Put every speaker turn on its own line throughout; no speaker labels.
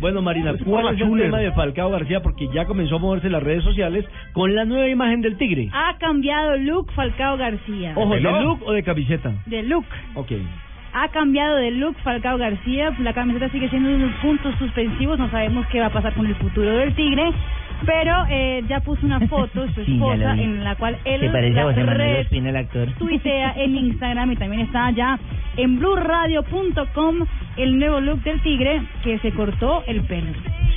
Bueno, Marina, ¿cuál es el tema de Falcao García? Porque ya comenzó a moverse las redes sociales con la nueva imagen del tigre.
Ha cambiado look Falcao García.
Oh.
Ojo, ¿de
¿Peló?
look o de camiseta?
De look.
Ok.
Ha cambiado de look Falcao García. La camiseta sigue siendo unos puntos suspensivos. No sabemos qué va a pasar con el futuro del Tigre. Pero eh, ya puso una foto, su
Sí, ya
esposa,
la vi.
en la cual él
Se parece a José Manuel
red-
Ospina, el actor.
tuitea en Instagram y también está allá en blueradio.com el nuevo look del tigre que se cortó el pelo.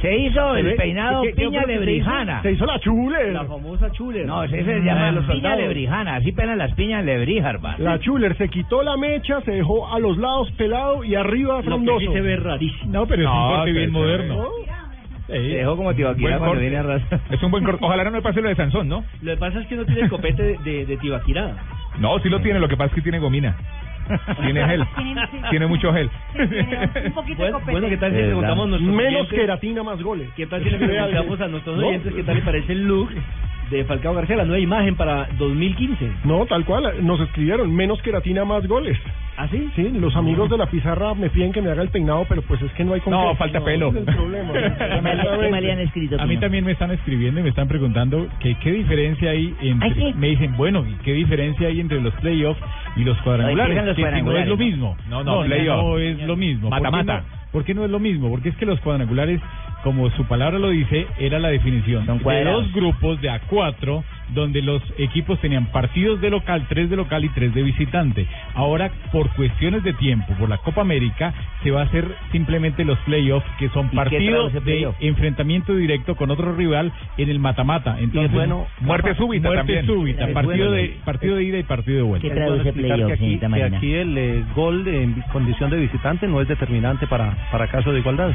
Se hizo el peinado
¿Qué- qué- qué fue
piña
lo que se
lebrijana.
Se hizo la chuler.
Eh.
La famosa Chuler.
No, ese se llama
Ah, los
piña
soldados.
lebrijana. Así pelan las piñas lebrijas, va.
La chuler se quitó la mecha, se dejó a los lados pelado y arriba
Lo que sí
frondoso.
se ve rarísimo.
No, pero es
No,
un corte
pero
bien
se ve.
moderno.
Oh,
Se dejó como
Buen
Tibaquirá cuando
corte.
viene a raza.
Es un buen corte. Ojalá no me pase lo de Sansón, ¿no?
Lo que pasa es que no tiene el copete de, de, de Tibaquirá.
No, sí lo tiene, lo que pasa es que tiene gomina. Tiene gel.
Tiene- sí.
Tiene Eh, mucho gel.
Un poquito de
Bueno,
copete.
bueno, ¿qué tal si le
Verdad.
contamos a nuestros
Menos
oyentes?
queratina, más goles.
¿Qué tal si le preguntamos a nuestros oyentes qué tal le parece el look de Falcao García, la nueva imagen para 2015?
No, tal cual, nos escribieron, menos queratina, más goles.
¿Ah, sí?
Sí, los amigos de la pizarra me piden que me haga el peinado, pero pues es que no hay con
No,
qué.
falta pelo.
ese es el problema.
¿Qué me le- qué me le han escrito?
A mí
Pino?
también me están escribiendo y me están preguntando que qué diferencia hay entre...
Ay, sí.
Me dicen, bueno, ¿y qué diferencia hay entre los playoffs y los cuadrangulares?
empiezan los
Que si no es
cuadrangulares,
lo
¿no?
mismo.
No, no,
playoff.
playoff.
No es lo mismo. ¿Por qué
Mata-mata.
no- ¿Por qué no es lo mismo? Porque es que los cuadrangulares, como su palabra lo dice, era la definición
Son
de
cuadrados.
dos grupos de a cuatro donde los equipos tenían partidos de local, tres de local y tres de visitante. Ahora, por cuestiones de tiempo, por la Copa América, se va a hacer simplemente los playoffs, que son
qué
partidos
traduce
de
playoff?
enfrentamiento directo con otro rival en el mata-mata. Entonces,
bueno,
muerte súbita muerte
también.
súbita,
Es
partido
bueno.
de partido de ida y partido de vuelta.
¿Qué traduce playoff, señorita Marina?
el eh, gol en condición de visitante no es determinante para, para caso de igualdad.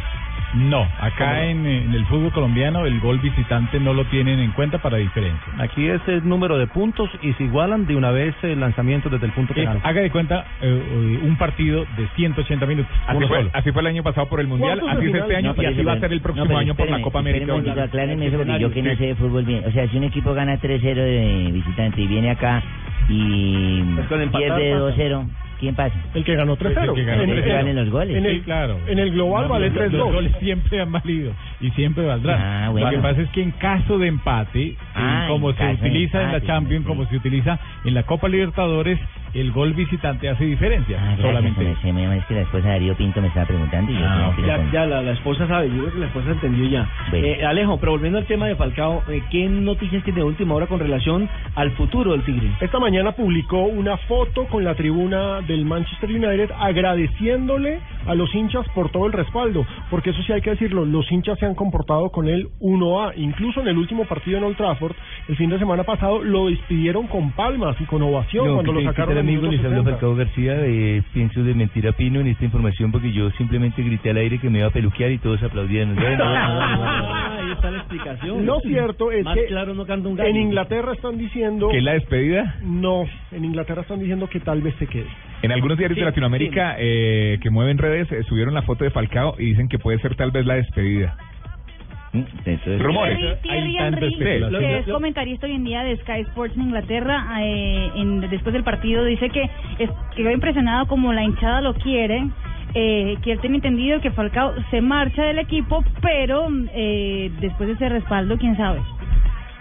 No, acá en, eh, en el fútbol colombiano el gol visitante no lo tienen en cuenta para diferencia.
Aquí este es el número de puntos y se igualan de una vez el lanzamiento desde el punto
Es, haga de cuenta eh, eh, un partido de 180 minutos.
Así
uno
fue-
solo.
así fue el año pasado por el Mundial, así es este
No, pero eso, bueno, no, pero espéreme, espéreme un poquito, aclárenme eso porque yo que no sé de fútbol bien. O sea, si un equipo gana 3-0 de visitante y viene acá y
Pues con empatar
pierde
pasa.
2-0, ¿quién pasa?
El que ganó 3-0.
El que ganó
En
El que gane los goles.
En el,
Sí, claro.
en el global
No,
vale
los- Los
3-2.
goles siempre han valido y siempre valdrán.
Ah, bueno.
Lo que pasa es que en caso de empate, eh,
Ah,
como
en
se
caso de
utiliza en la
empate,
Champions,
sí.
como se utiliza en la Copa Libertadores, el gol visitante hace diferencia.
Ah, gracias,
solamente.
hombre, se me llama, es que la esposa de Darío Pinto me estaba preguntando y yo
Ah,
tenía que ir a
Ya,
con-
ya la, la esposa sabe, yo creo que la esposa entendió ya.
Bueno.
Eh, Alejo, pero volviendo al tema de Falcao, eh, ¿qué noticias tiene de última hora con relación al futuro del Tigre?
Esta mañana publicó una foto con la tribuna del Manchester United agradeciéndole a los hinchas por todo el respaldo, porque eso sí hay que decirlo, los hinchas se han comportado con él 1A, incluso en el último partido en Old Trafford, el fin de semana pasado lo despidieron con palmas y con ovación cuando lo sacaron del
amigo
minuto
les hablo
60.
Falcao García de Pienso de Mentir a Pino en esta información porque yo simplemente grité al aire que me iba a peluquear y todos aplaudieron.
Ah, ahí está la explicación.
Lo cierto es
Más
que
claro no canta un gallo.
en Inglaterra están diciendo
¿Qué es la despedida?
no, en Inglaterra están diciendo que tal vez se quede.
En algunos diarios
Sí,
de Latinoamérica eh, que mueven redes eh, subieron la foto de Falcao y dicen que puede ser tal vez la despedida.
Mm, Entonces,
Rumores.
Thierry, Thierry
tanta
Henry,
especulación.
que
Lo-
es
lo-
comentarista hoy en día de Sky Sports en Inglaterra, eh, en- después del partido dice que es- quedó impresionado como la hinchada lo quiere, eh, que él tiene entendido que Falcao se marcha del equipo, pero eh, después de ese respaldo, quién sabe.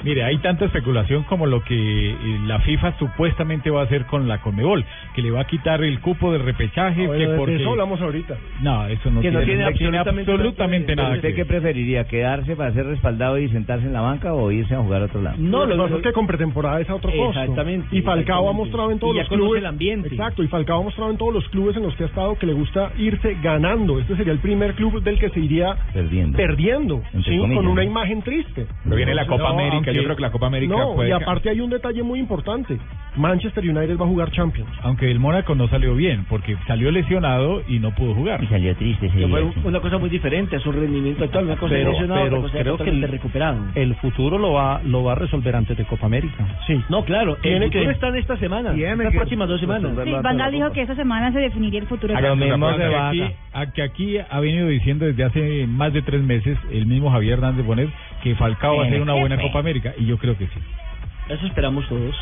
Mire, hay tanta especulación como lo que eh, la FIFA supuestamente va a hacer con la Conmebol, que le va a quitar el cupo de repechaje,
Ah, Bueno,
Ah, que
de
porque...
eso hablamos ahorita.
No, eso no,
Que no
tiene,
tiene
no tiene
absolutamente
absolutamente
nada que
nada que
¿Usted qué
ver.
preferiría? ¿Quedarse para ser respaldado y sentarse en la banca o irse a jugar a otro lado?
No,
No, lo que
lo-
pasa es que con pretemporada es a otro costo.
Exactamente,
Y Falcao ha
exactamente.
mostrado en todos
Y ya
los
conoce
clubes.
el ambiente.
Exacto, y Falcao ha mostrado en todos los clubes en los que ha estado que le gusta irse ganando. Este sería el primer club del que se iría
Perdiendo.
perdiendo,
Entre
¿sí?
comillas,
con una
¿no?
imagen triste.
Pero viene la Copa
No,
América, yo
aunque-
creo que la Copa América
no,
puede...
y aparte hay un detalle muy importante. Manchester United va a jugar Champions.
Aunque el Mónaco no salió bien, porque salió lesionado y no pudo jugar.
Y salió triste ese
Que
día.
fue
sí.
una cosa muy diferente a su rendimiento actual, una cosa
Pero-
lesionado, otra
pero
cosa
creo que
totalmente
el- eh,
recuperado.
El futuro lo va, lo va a resolver antes de Copa América.
Sí.
No, claro, el
Tiene
futuro
que-
está en esta semana,
Tiene
las
que-
próximas dos semanas.
Sí, Van Gaal dijo que esta semana se definiría el futuro.
Haga-
de
Lo
Hagamos
mismo
una
de
cosa,
Vaca.
que aquí, a- que aquí ha venido diciendo desde hace más de tres meses el mismo Javier Hernández Bonet que Falcao va a
Tiene
hacer una
que
buena
ser.
Copa América y yo creo que sí.
Eso esperamos todos.